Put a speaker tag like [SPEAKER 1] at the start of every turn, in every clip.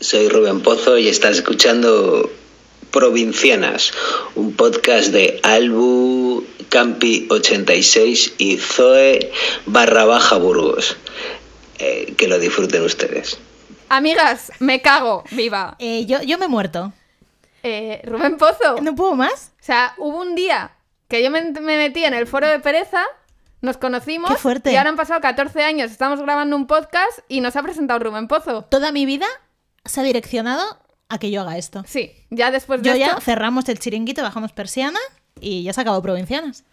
[SPEAKER 1] Soy Rubén Pozo y estás escuchando Provincianas, un podcast de Albu, Campi86 y Zoe barra baja Burgos. Eh, que lo disfruten ustedes.
[SPEAKER 2] Amigas, me cago, viva.
[SPEAKER 3] Eh, yo, yo me he muerto.
[SPEAKER 2] Eh, Rubén Pozo.
[SPEAKER 3] ¿No puedo más?
[SPEAKER 2] O sea, hubo un día que yo me, me metí en el foro de pereza, nos conocimos
[SPEAKER 3] Qué fuerte.
[SPEAKER 2] y ahora han pasado 14 años, estamos grabando un podcast y nos ha presentado Rubén Pozo.
[SPEAKER 3] Toda mi vida se ha direccionado a que yo haga esto.
[SPEAKER 2] Sí, ya después de
[SPEAKER 3] Yo ya
[SPEAKER 2] esto-
[SPEAKER 3] cerramos el chiringuito, bajamos persiana y ya se acabó Provincianas.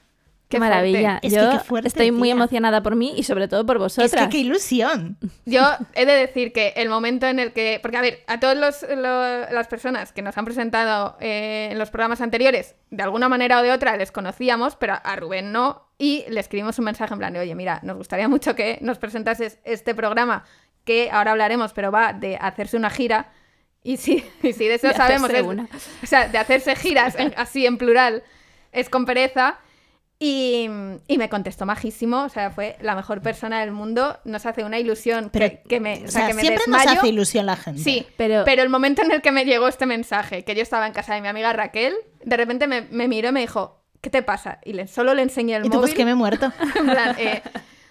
[SPEAKER 2] Qué
[SPEAKER 4] Qué maravilla.
[SPEAKER 3] fuerte. Es
[SPEAKER 4] Yo
[SPEAKER 3] que qué fuerte,
[SPEAKER 4] estoy muy
[SPEAKER 3] tía.
[SPEAKER 4] emocionada por mí y sobre todo por vosotras.
[SPEAKER 3] Es que qué ilusión.
[SPEAKER 2] Yo he de decir que el momento en el que. Porque, a ver, a todas las personas que nos han presentado eh, en los programas anteriores, de alguna manera o de otra les conocíamos, pero a Rubén no. Y le escribimos un mensaje en plan de: Oye, mira, nos gustaría mucho que nos presentases este programa que ahora hablaremos, pero va de hacerse una gira. Y si, y si de eso
[SPEAKER 4] De hacerse
[SPEAKER 2] sabemos. es-
[SPEAKER 4] una.
[SPEAKER 2] O sea, de hacerse giras en- así en plural es con pereza. Y, y me contestó majísimo, o sea, fue la mejor persona del mundo. Nos hace una ilusión
[SPEAKER 3] Pero
[SPEAKER 2] que, que me, o
[SPEAKER 3] o
[SPEAKER 2] sea,
[SPEAKER 3] sea,
[SPEAKER 2] que me
[SPEAKER 3] siempre
[SPEAKER 2] desmayo.
[SPEAKER 3] nos hace ilusión la gente.
[SPEAKER 2] Sí, pero...
[SPEAKER 4] Pero-
[SPEAKER 2] el momento en el que me llegó este mensaje, que yo estaba en casa de mi amiga Raquel, de repente me, me miró y me dijo, ¿qué te pasa? Y le, solo le enseñé el
[SPEAKER 3] Y tú,
[SPEAKER 2] móvil.
[SPEAKER 3] pues que me he muerto.
[SPEAKER 2] En plan, eh,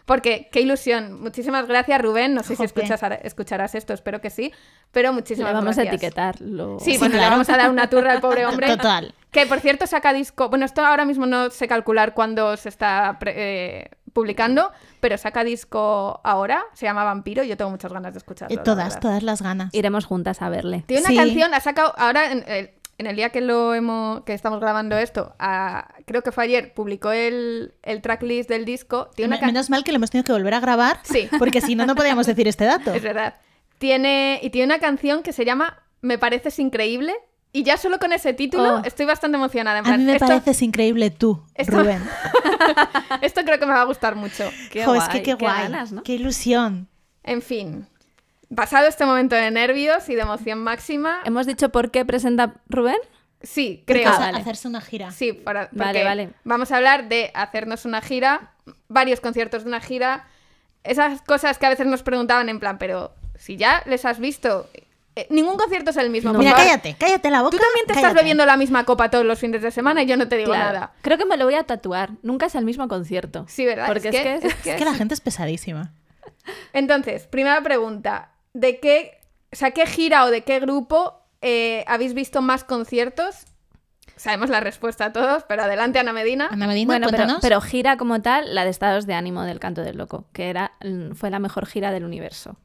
[SPEAKER 2] porque qué ilusión. Muchísimas gracias, Rubén. No sé si
[SPEAKER 3] Jope.
[SPEAKER 2] escuchas, ahora- escucharás esto, espero que sí. Pero
[SPEAKER 4] Le
[SPEAKER 2] muchísimas
[SPEAKER 4] vamos a
[SPEAKER 2] gracias.
[SPEAKER 4] etiquetarlo.
[SPEAKER 2] Sí,
[SPEAKER 3] Sí,
[SPEAKER 2] bueno, le
[SPEAKER 3] claro.
[SPEAKER 2] vamos a dar una turra al pobre hombre.
[SPEAKER 3] Total.
[SPEAKER 2] Que por cierto saca disco. Bueno, esto ahora mismo no sé calcular cuándo se está pre- eh, publicando, pero saca disco ahora. Se llama Vampiro. y Yo tengo muchas ganas de escucharlo.
[SPEAKER 3] Eh,
[SPEAKER 2] la
[SPEAKER 3] todas,
[SPEAKER 2] verdad.
[SPEAKER 3] todas las ganas.
[SPEAKER 4] Iremos juntas a verle.
[SPEAKER 2] Tiene una
[SPEAKER 3] Sí.
[SPEAKER 2] canción, ha sacado ahora en el, en el día que lo hemos, que estamos grabando esto, a- creo que fue ayer, publicó el, el tracklist del disco. Tiene una
[SPEAKER 3] Me-
[SPEAKER 2] can-
[SPEAKER 3] Menos mal que lo hemos tenido que volver a grabar.
[SPEAKER 2] Sí.
[SPEAKER 3] Porque si no, no podíamos decir este dato.
[SPEAKER 2] Es verdad. Tiene, y tiene una canción que se llama Me pareces increíble. Y ya solo con ese título
[SPEAKER 4] Oh.
[SPEAKER 2] estoy bastante emocionada. En
[SPEAKER 3] A
[SPEAKER 2] plan,
[SPEAKER 3] mí me
[SPEAKER 2] esto,
[SPEAKER 3] pareces increíble tú,
[SPEAKER 2] esto-
[SPEAKER 3] Rubén.
[SPEAKER 2] esto creo que me va a gustar mucho.
[SPEAKER 4] Qué
[SPEAKER 3] Jo, es
[SPEAKER 4] guay,
[SPEAKER 3] que qué guay.
[SPEAKER 4] ganas, ¿no?
[SPEAKER 3] Qué ilusión.
[SPEAKER 2] En fin. Pasado este momento de nervios y de emoción máxima.
[SPEAKER 4] ¿Hemos dicho por qué presenta Rubén?
[SPEAKER 2] Sí,
[SPEAKER 3] Porque
[SPEAKER 2] creo.
[SPEAKER 3] vas a
[SPEAKER 4] vale.
[SPEAKER 3] Hacerse una gira.
[SPEAKER 2] Sí, para,
[SPEAKER 4] Vale,
[SPEAKER 2] porque
[SPEAKER 4] vale.
[SPEAKER 2] vamos a hablar de hacernos una gira, varios conciertos de una gira, esas cosas que a veces nos preguntaban en plan, pero si ya les has visto, eh, ningún concierto es el mismo.
[SPEAKER 4] No.
[SPEAKER 2] por
[SPEAKER 3] Mira,
[SPEAKER 2] favor.
[SPEAKER 3] cállate, cállate la boca.
[SPEAKER 2] Tú también te estás
[SPEAKER 3] cállate.
[SPEAKER 2] bebiendo la misma copa todos los fines de semana y yo no te digo
[SPEAKER 4] Claro.
[SPEAKER 2] nada.
[SPEAKER 4] Creo que me lo voy a tatuar. Nunca es el mismo concierto.
[SPEAKER 2] Sí, ¿verdad?
[SPEAKER 4] Porque
[SPEAKER 2] Es
[SPEAKER 4] es,
[SPEAKER 2] que-
[SPEAKER 4] que,
[SPEAKER 2] es que-
[SPEAKER 3] Es que la gente es pesadísima.
[SPEAKER 2] Entonces, primera pregunta, ¿de qué, o sea, qué gira o de qué grupo eh, habéis visto más conciertos? Sabemos la respuesta a todos, pero adelante Ana Medina.
[SPEAKER 3] Ana Medina,
[SPEAKER 4] Bueno, pero,
[SPEAKER 3] cuéntanos.
[SPEAKER 4] pero gira como tal la de estados de ánimo del canto del loco, que era mm, fue la mejor gira del universo.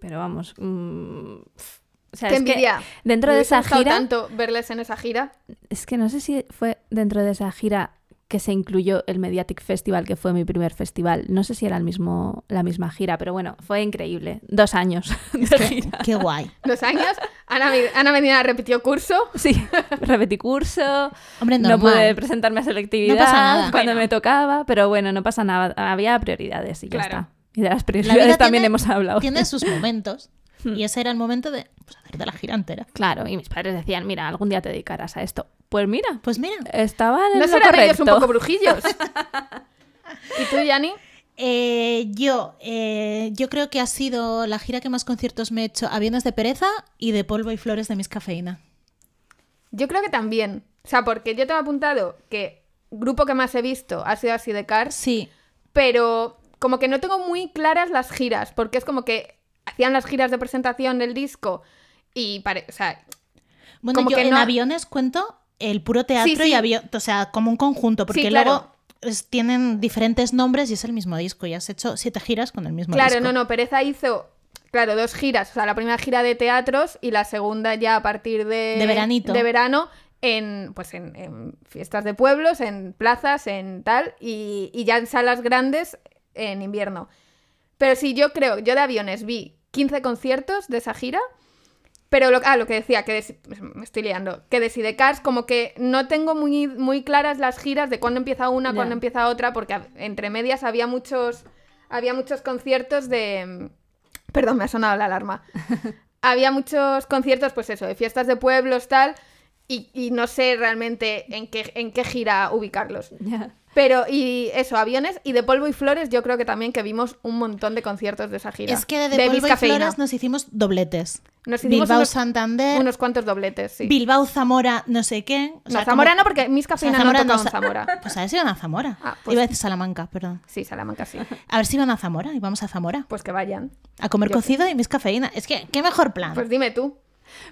[SPEAKER 4] Pero vamos, mm, pf, o sea,
[SPEAKER 2] Qué
[SPEAKER 4] es que
[SPEAKER 2] envidia.
[SPEAKER 4] dentro
[SPEAKER 2] Me
[SPEAKER 4] de
[SPEAKER 2] hubiese
[SPEAKER 4] esa
[SPEAKER 2] gustado
[SPEAKER 4] gira,
[SPEAKER 2] tanto verles en esa gira.
[SPEAKER 4] es que no sé si fue dentro de esa gira que se incluyó el Mediatic Festival, que fue mi primer festival. No sé si era el mismo la misma gira, pero bueno, fue increíble. Dos años de gira.
[SPEAKER 3] Qué guay.
[SPEAKER 2] dos años. Ana, Mi- Ana Medina repitió curso.
[SPEAKER 4] Sí, repetí curso.
[SPEAKER 3] Hombre,
[SPEAKER 4] No
[SPEAKER 3] normal.
[SPEAKER 4] pude presentarme a selectividad
[SPEAKER 3] No pasa nada.
[SPEAKER 4] cuando
[SPEAKER 2] Bueno.
[SPEAKER 4] me tocaba, pero bueno, no pasa nada. Había prioridades y ya
[SPEAKER 2] Claro.
[SPEAKER 4] está. Y de
[SPEAKER 3] La
[SPEAKER 4] las
[SPEAKER 3] vida
[SPEAKER 4] prioridades también
[SPEAKER 3] tiene-
[SPEAKER 4] hemos hablado.
[SPEAKER 3] Tiene sus momentos.
[SPEAKER 2] Hmm.
[SPEAKER 3] y ese era el momento de pues, hacerte la gira entera.
[SPEAKER 4] Claro, y mis padres decían, mira, algún día te dedicarás a esto. Pues mira,
[SPEAKER 3] Pues mira,
[SPEAKER 4] estaban en
[SPEAKER 2] ¿No
[SPEAKER 4] lo
[SPEAKER 2] serán ellos
[SPEAKER 4] correcto.
[SPEAKER 2] un poco brujillos? ¿Y tú, Yanni?
[SPEAKER 3] eh, yo, eh, yo creo que ha sido la gira que más conciertos me he hecho aviones de pereza y de polvo y flores de mis cafeína.
[SPEAKER 2] Yo creo que también. O sea, porque yo tengo apuntado que grupo que más he visto ha sido así de Cars,
[SPEAKER 3] Sí,
[SPEAKER 2] pero como que no tengo muy claras las giras, porque es como que hacían las giras de presentación del disco y pare- o sea,
[SPEAKER 3] Bueno,
[SPEAKER 2] Como
[SPEAKER 3] yo
[SPEAKER 2] que
[SPEAKER 3] en
[SPEAKER 2] no-
[SPEAKER 3] aviones cuento el puro teatro
[SPEAKER 2] Sí, sí.
[SPEAKER 3] y avión, o sea, como un conjunto, porque
[SPEAKER 2] Sí, claro.
[SPEAKER 3] luego es- tienen diferentes nombres y es el mismo disco. Y has hecho siete giras con el mismo
[SPEAKER 2] claro,
[SPEAKER 3] disco.
[SPEAKER 2] no, no, Pereza hizo, claro, dos giras, o sea, la primera gira de teatros y la segunda ya a partir de,
[SPEAKER 3] De veranito.
[SPEAKER 2] de verano en, pues en, en fiestas de pueblos, en plazas, en tal, y, y ya en salas grandes en invierno. Pero sí, yo creo, yo de aviones vi 15 conciertos de esa gira, pero lo, ah, lo que decía, que de Si- me estoy liando, que de Sidecars como que no tengo muy, muy claras las giras de cuándo empieza una,
[SPEAKER 4] Ya.
[SPEAKER 2] cuándo empieza otra, porque a- entre medias había muchos, había muchos conciertos de... Perdón, me ha sonado la alarma. había muchos conciertos, pues eso, de fiestas de pueblos, tal, y, y no sé realmente en qué, en qué gira ubicarlos.
[SPEAKER 4] Ya.
[SPEAKER 2] Pero, y eso, aviones y de polvo y flores, yo creo que también que vimos un montón de conciertos de esa gira.
[SPEAKER 3] Es que de, de polvo y
[SPEAKER 2] Vizcafeína.
[SPEAKER 3] flores nos hicimos dobletes.
[SPEAKER 2] Nos hicimos
[SPEAKER 3] Bilbao
[SPEAKER 2] unos-
[SPEAKER 3] Santander,
[SPEAKER 2] Unos cuantos dobletes, sí.
[SPEAKER 3] Bilbao Zamora, no sé qué. O
[SPEAKER 2] No,
[SPEAKER 3] sea,
[SPEAKER 2] Zamora
[SPEAKER 3] como-
[SPEAKER 2] no, porque mis
[SPEAKER 3] o sea,
[SPEAKER 2] cafeína
[SPEAKER 3] Zamora
[SPEAKER 2] no tocaban
[SPEAKER 3] sa-
[SPEAKER 2] Zamora.
[SPEAKER 3] Pues a ver si iban a Zamora.
[SPEAKER 2] Ah, pues-
[SPEAKER 3] Iba a decir Salamanca, perdón.
[SPEAKER 2] Sí, Salamanca sí.
[SPEAKER 3] A ver si iban a Zamora y vamos a Zamora.
[SPEAKER 2] Pues que vayan.
[SPEAKER 3] A comer
[SPEAKER 2] Yo-
[SPEAKER 3] cocido y mis cafeína. Es que, qué mejor plan.
[SPEAKER 2] Pues dime tú.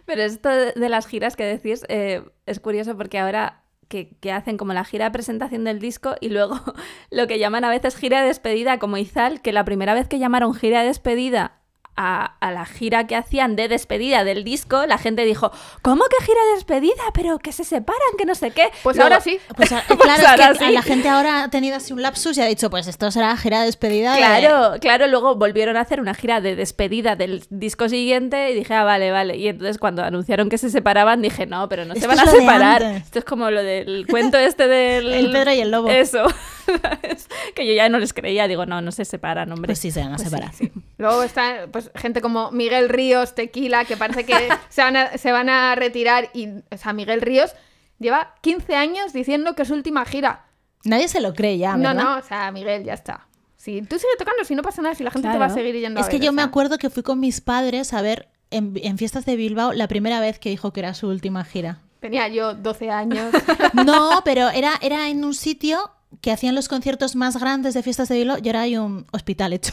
[SPEAKER 4] Pero esto de de las giras que decís eh, es curioso porque ahora que, que hacen como la gira de presentación del disco y luego lo que llaman a veces gira de despedida, como Izal, que la primera vez que llamaron gira de despedida a, a la gira que hacían de despedida del disco, la gente dijo, ¿cómo que gira de despedida? Pero que se separan, que no sé qué.
[SPEAKER 2] Pues
[SPEAKER 4] Luego-
[SPEAKER 2] ahora sí.
[SPEAKER 3] Pues, a-
[SPEAKER 4] Pues
[SPEAKER 3] claro, es que
[SPEAKER 4] ahora sí.
[SPEAKER 3] a la gente ahora ha tenido así un lapsus y ha dicho, pues esto será gira de despedida. de-
[SPEAKER 4] Claro, claro, luego volvieron a hacer una gira de despedida del disco siguiente y dije, ah, vale, vale. Y entonces cuando anunciaron que se separaban, dije, no, pero no se
[SPEAKER 3] Esto
[SPEAKER 4] van
[SPEAKER 3] es
[SPEAKER 4] a
[SPEAKER 3] lo de
[SPEAKER 4] separar.
[SPEAKER 3] antes.
[SPEAKER 4] Esto es como lo del cuento este del...
[SPEAKER 3] El Pedro y el Lobo.
[SPEAKER 4] Eso, ¿sabes? que yo ya no les creía, digo, no, no se separan, hombre.
[SPEAKER 3] Pues sí, se van a separar.
[SPEAKER 2] Luego está pues, gente como Miguel Ríos, Tequila, que parece que se van a, se van a retirar. Y, o sea, Miguel Ríos lleva 15 años diciendo que es su última gira.
[SPEAKER 3] Nadie se lo cree ya,
[SPEAKER 2] no,
[SPEAKER 3] Ah, ¿verdad?
[SPEAKER 2] no, o sea, Miguel, ya está. Si tú sigue tocando, si no pasa nada, si la gente te
[SPEAKER 4] Claro.
[SPEAKER 2] va a seguir yendo a
[SPEAKER 3] Es que
[SPEAKER 2] ver,
[SPEAKER 3] yo
[SPEAKER 2] o
[SPEAKER 3] me
[SPEAKER 2] sea.
[SPEAKER 3] acuerdo que fui con mis padres a ver en, en fiestas de Bilbao la primera vez que dijo que era su última gira.
[SPEAKER 2] Tenía yo 12 años.
[SPEAKER 3] No, pero era, era en un sitio que hacían los conciertos más grandes de fiestas de Bilbao y ahora hay un hospital hecho.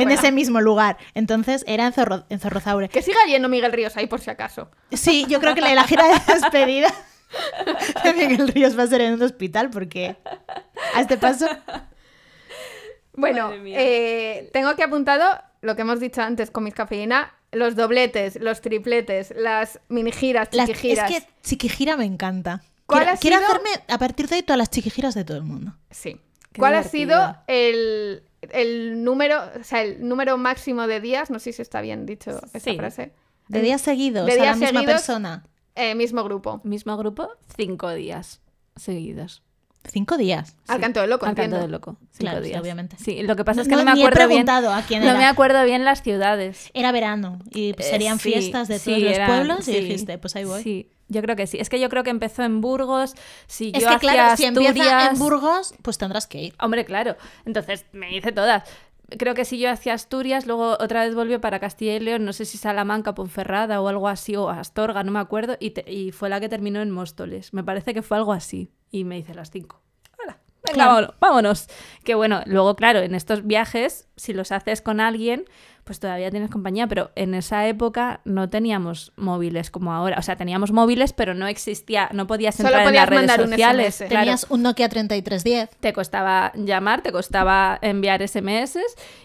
[SPEAKER 3] en ese mismo lugar. Entonces era en, Zorro- en Zorrozaure.
[SPEAKER 2] que siga yendo Miguel Ríos ahí por si acaso.
[SPEAKER 3] Sí, yo creo que la, la gira de despedida de Miguel Ríos va a ser en un hospital porque a este paso
[SPEAKER 2] Bueno,
[SPEAKER 4] Madre mía.
[SPEAKER 2] eh, tengo aquí apuntado lo que hemos dicho antes con mis cafeína, los dobletes, los tripletes, las mini giras,
[SPEAKER 3] las-
[SPEAKER 2] chiquigiras.
[SPEAKER 3] es que chiquigira me encanta.
[SPEAKER 2] ¿Cuál
[SPEAKER 3] quiero
[SPEAKER 2] ha
[SPEAKER 3] quiero
[SPEAKER 2] sido?
[SPEAKER 3] hacerme a partir de ahí todas las chiquigiras de todo el mundo.
[SPEAKER 2] Sí.
[SPEAKER 4] Qué
[SPEAKER 2] ¿Cuál
[SPEAKER 4] divertido.
[SPEAKER 2] ha sido el, el número, o sea, el número máximo de días? No sé si está bien dicho esa
[SPEAKER 4] Sí.
[SPEAKER 2] frase.
[SPEAKER 3] De días seguidos,
[SPEAKER 2] de
[SPEAKER 3] a la
[SPEAKER 2] días
[SPEAKER 3] misma
[SPEAKER 2] seguidos.
[SPEAKER 3] persona.
[SPEAKER 2] Eh, mismo grupo.
[SPEAKER 4] Mismo grupo, cinco días seguidos.
[SPEAKER 3] Cinco días.
[SPEAKER 2] Al canto del loco,
[SPEAKER 4] Al canto
[SPEAKER 2] entiendo.
[SPEAKER 4] del loco, cinco
[SPEAKER 3] Claro, sí,
[SPEAKER 4] días.
[SPEAKER 3] obviamente.
[SPEAKER 4] Sí, lo que pasa es que
[SPEAKER 3] No-
[SPEAKER 4] no, me
[SPEAKER 3] ni he
[SPEAKER 4] acuerdo
[SPEAKER 3] preguntado
[SPEAKER 4] bien.
[SPEAKER 3] a quién
[SPEAKER 4] no
[SPEAKER 3] era.
[SPEAKER 4] me acuerdo bien las ciudades.
[SPEAKER 3] Era verano y
[SPEAKER 4] Eh,
[SPEAKER 3] pues, serían
[SPEAKER 4] sí,
[SPEAKER 3] fiestas de
[SPEAKER 4] sí,
[SPEAKER 3] todos los
[SPEAKER 4] eran-
[SPEAKER 3] pueblos y
[SPEAKER 4] sí,
[SPEAKER 3] dijiste, pues ahí voy.
[SPEAKER 4] Sí, yo creo que sí. Es que yo creo que empezó en Burgos, si
[SPEAKER 3] Es
[SPEAKER 4] yo
[SPEAKER 3] que
[SPEAKER 4] hacía
[SPEAKER 3] claro, si empieza
[SPEAKER 4] Asturias...
[SPEAKER 3] en Burgos, pues tendrás que ir.
[SPEAKER 4] Hombre, claro. Entonces me hice todas. Creo que si yo hacía Asturias, luego otra vez volvió para Castilla y León, no sé si Salamanca, Ponferrada o algo así, o Astorga, no me acuerdo, y, te- y fue la que terminó en Móstoles. Me parece que fue algo así. Y me hice las cinco. Hola. Venga,
[SPEAKER 3] Claro.
[SPEAKER 4] vámonos, vámonos. Que bueno, luego, claro, en estos viajes, si los haces con alguien, pues todavía tienes compañía, pero en esa época no teníamos móviles como ahora. O sea, teníamos móviles, pero no existía, no podías
[SPEAKER 2] Solo
[SPEAKER 4] entrar en
[SPEAKER 2] podías
[SPEAKER 4] las redes
[SPEAKER 2] mandar un
[SPEAKER 4] sociales.
[SPEAKER 2] SMS.
[SPEAKER 4] claro.
[SPEAKER 3] Tenías un Nokia 3310.
[SPEAKER 4] Te costaba llamar, te costaba enviar SMS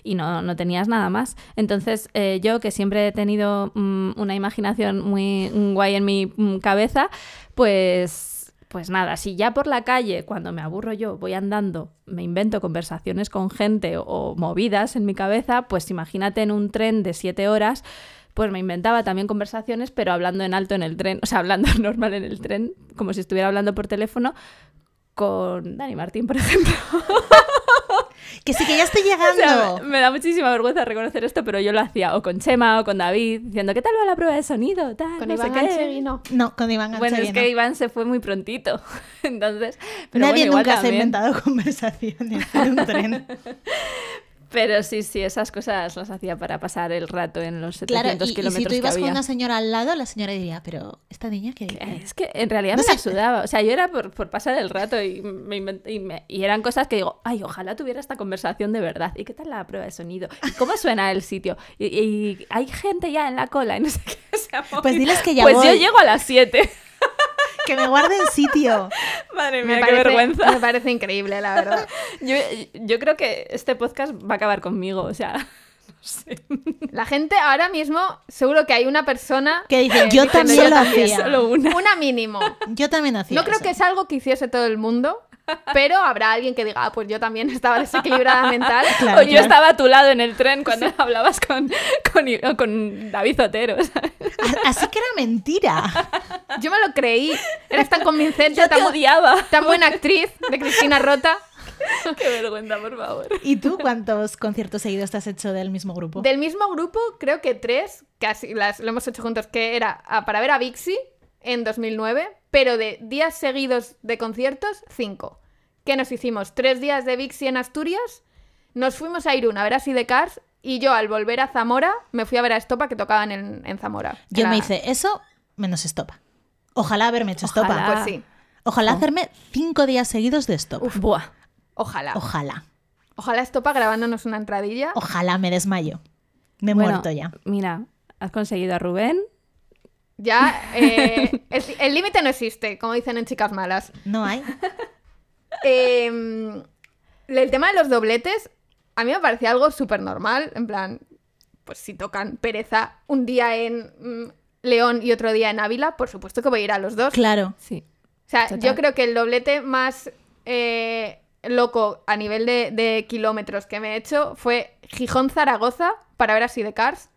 [SPEAKER 4] y no, no tenías nada más. Entonces eh, yo, que siempre he tenido mm, una imaginación muy mm, guay en mi mm, cabeza, pues, pues nada, si ya por la calle, cuando me aburro yo, voy andando, me invento conversaciones con gente o, o movidas en mi cabeza, pues imagínate en un tren de siete horas. Pues me inventaba también conversaciones, pero hablando en alto en el tren, o sea, hablando normal en el tren, como si estuviera hablando por teléfono, con Dani Martín, por ejemplo.
[SPEAKER 3] Que sí que ya estoy
[SPEAKER 4] O sea,
[SPEAKER 3] llegando.
[SPEAKER 4] me, me da muchísima vergüenza reconocer esto, pero yo lo hacía o con Chema o con David, diciendo, ¿qué tal va la prueba de sonido? Tal,
[SPEAKER 2] Con
[SPEAKER 4] no sé
[SPEAKER 2] Iván
[SPEAKER 4] qué".
[SPEAKER 2] Anchevino.
[SPEAKER 3] No, con Iván
[SPEAKER 4] Bueno, es
[SPEAKER 3] Anchevino.
[SPEAKER 4] que Iván se fue muy prontito. Entonces, pero
[SPEAKER 3] Nadie
[SPEAKER 4] bueno, igual
[SPEAKER 3] nunca se ha
[SPEAKER 4] también.
[SPEAKER 3] inventado conversaciones en un tren.
[SPEAKER 4] Pero sí, sí, esas cosas las hacía para pasar el rato en los 700
[SPEAKER 3] claro, y- y,
[SPEAKER 4] kilómetros
[SPEAKER 3] si tú
[SPEAKER 4] que
[SPEAKER 3] ibas con
[SPEAKER 4] había.
[SPEAKER 3] una señora al lado, la señora diría, pero esta niña que dice.
[SPEAKER 4] Eh, Es que en realidad
[SPEAKER 3] No
[SPEAKER 4] me la
[SPEAKER 3] sé.
[SPEAKER 4] sudaba. O sea, yo era por, por pasar el rato y, me invent- y, me- y eran cosas que digo, ay, ojalá tuviera esta conversación de verdad. ¿Y qué tal la prueba de sonido? ¿Y cómo suena el sitio? Y, y hay gente ya en la cola y no sé qué. o sea, voy-
[SPEAKER 3] diles que ya
[SPEAKER 4] Pues yo
[SPEAKER 3] voy.
[SPEAKER 4] llego a las 7.
[SPEAKER 3] Que me guarden sitio.
[SPEAKER 4] Madre mía,
[SPEAKER 2] Me
[SPEAKER 4] qué
[SPEAKER 2] parece,
[SPEAKER 4] vergüenza.
[SPEAKER 2] me parece increíble, la verdad.
[SPEAKER 4] Yo, yo creo que este podcast va a acabar conmigo. O sea, no sé.
[SPEAKER 2] La gente ahora mismo, seguro que hay una persona.
[SPEAKER 3] Que dice,
[SPEAKER 2] que
[SPEAKER 3] yo
[SPEAKER 2] dice,
[SPEAKER 3] también
[SPEAKER 2] "Yo
[SPEAKER 3] lo
[SPEAKER 2] también".
[SPEAKER 3] hacía.
[SPEAKER 4] Solo una.
[SPEAKER 2] Una mínimo.
[SPEAKER 3] Yo también hacía
[SPEAKER 2] No creo
[SPEAKER 3] eso.
[SPEAKER 2] que es algo que hiciese todo el mundo, pero habrá alguien que diga, ah, pues yo también estaba desequilibrada mental.
[SPEAKER 3] Claro,
[SPEAKER 4] o yo
[SPEAKER 3] claro.
[SPEAKER 4] estaba a tu lado en el tren cuando hablabas con, con, o con David Otero. ¿sabes?
[SPEAKER 3] A- Así que era mentira.
[SPEAKER 2] Yo me lo creí. Eres tan convincente,
[SPEAKER 4] Yo
[SPEAKER 2] tan,
[SPEAKER 4] te
[SPEAKER 2] bu-
[SPEAKER 4] odiaba.
[SPEAKER 2] tan buena actriz de Cristina Rota.
[SPEAKER 4] Qué vergüenza, por favor.
[SPEAKER 3] ¿Y tú cuántos conciertos seguidos te has hecho del mismo grupo?
[SPEAKER 2] Del mismo grupo, creo que tres, casi las, lo hemos hecho juntos, que era ah, para ver a Vixi en 2009, pero de días seguidos de conciertos, cinco. que nos hicimos tres días de Vixi en Asturias, nos fuimos a Irún a ver así de Cars y yo al volver a Zamora me fui a ver a Estopa que tocaban en, en Zamora.
[SPEAKER 3] Yo
[SPEAKER 2] Era-
[SPEAKER 3] me hice eso menos estopa. Ojalá haberme hecho
[SPEAKER 4] Ojalá.
[SPEAKER 3] estopa.
[SPEAKER 2] Pues sí,
[SPEAKER 3] Ojalá hacerme cinco días seguidos de estopa.
[SPEAKER 4] Uf, buah.
[SPEAKER 2] ojalá.
[SPEAKER 3] Ojalá.
[SPEAKER 2] Ojalá Estopa grabándonos una entradilla.
[SPEAKER 3] Ojalá me desmayo. Me he
[SPEAKER 4] Bueno,
[SPEAKER 3] muerto ya.
[SPEAKER 4] Mira, has conseguido a Rubén.
[SPEAKER 2] Ya, eh, el el límite no existe, como dicen en Chicas Malas.
[SPEAKER 3] No hay.
[SPEAKER 2] Eh, el tema de los dobletes, a mí me parecía algo súper normal. En plan, pues si tocan pereza un día en mm, León y otro día en Ávila, por supuesto que voy a ir a los dos.
[SPEAKER 3] Claro.
[SPEAKER 4] Sí.
[SPEAKER 2] O sea,
[SPEAKER 4] Total.
[SPEAKER 2] yo creo que el doblete más eh, loco a nivel de, de kilómetros que me he hecho fue Gijón-Zaragoza para ver así de Cars.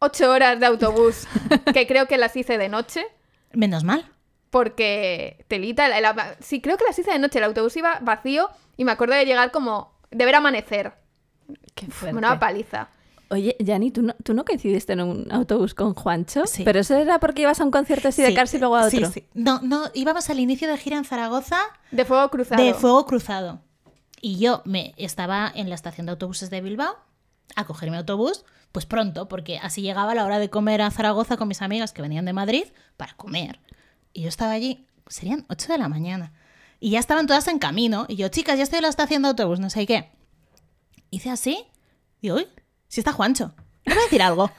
[SPEAKER 2] Ocho horas de autobús, que creo que las hice de noche,
[SPEAKER 3] Menos mal.
[SPEAKER 2] porque telita. la- la- sí, creo que las hice de noche. El autobús iba vacío y me acuerdo de llegar como de ver amanecer.
[SPEAKER 4] Qué
[SPEAKER 2] Una paliza.
[SPEAKER 4] Oye, Yanni, ¿tú no, ¿tú no coincidiste en un autobús con Juancho?
[SPEAKER 3] Sí.
[SPEAKER 4] Pero eso era porque ibas a un concierto así de Cars y luego a
[SPEAKER 3] sí,
[SPEAKER 4] otro.
[SPEAKER 3] sí. No, no, íbamos al inicio de gira en Zaragoza
[SPEAKER 2] De fuego cruzado.
[SPEAKER 3] de fuego cruzado. Y yo me estaba en la estación de autobuses de Bilbao a coger mi autobús, pues pronto, porque así llegaba la hora de comer a Zaragoza con mis amigas que venían de Madrid para comer. Y yo estaba allí, serían 8 de la mañana. Y ya estaban todas en camino. Y yo, chicas, ya estoy en la estación de autobús, no sé qué. Hice así. Y uy, si está Juancho. Le voy a decir algo.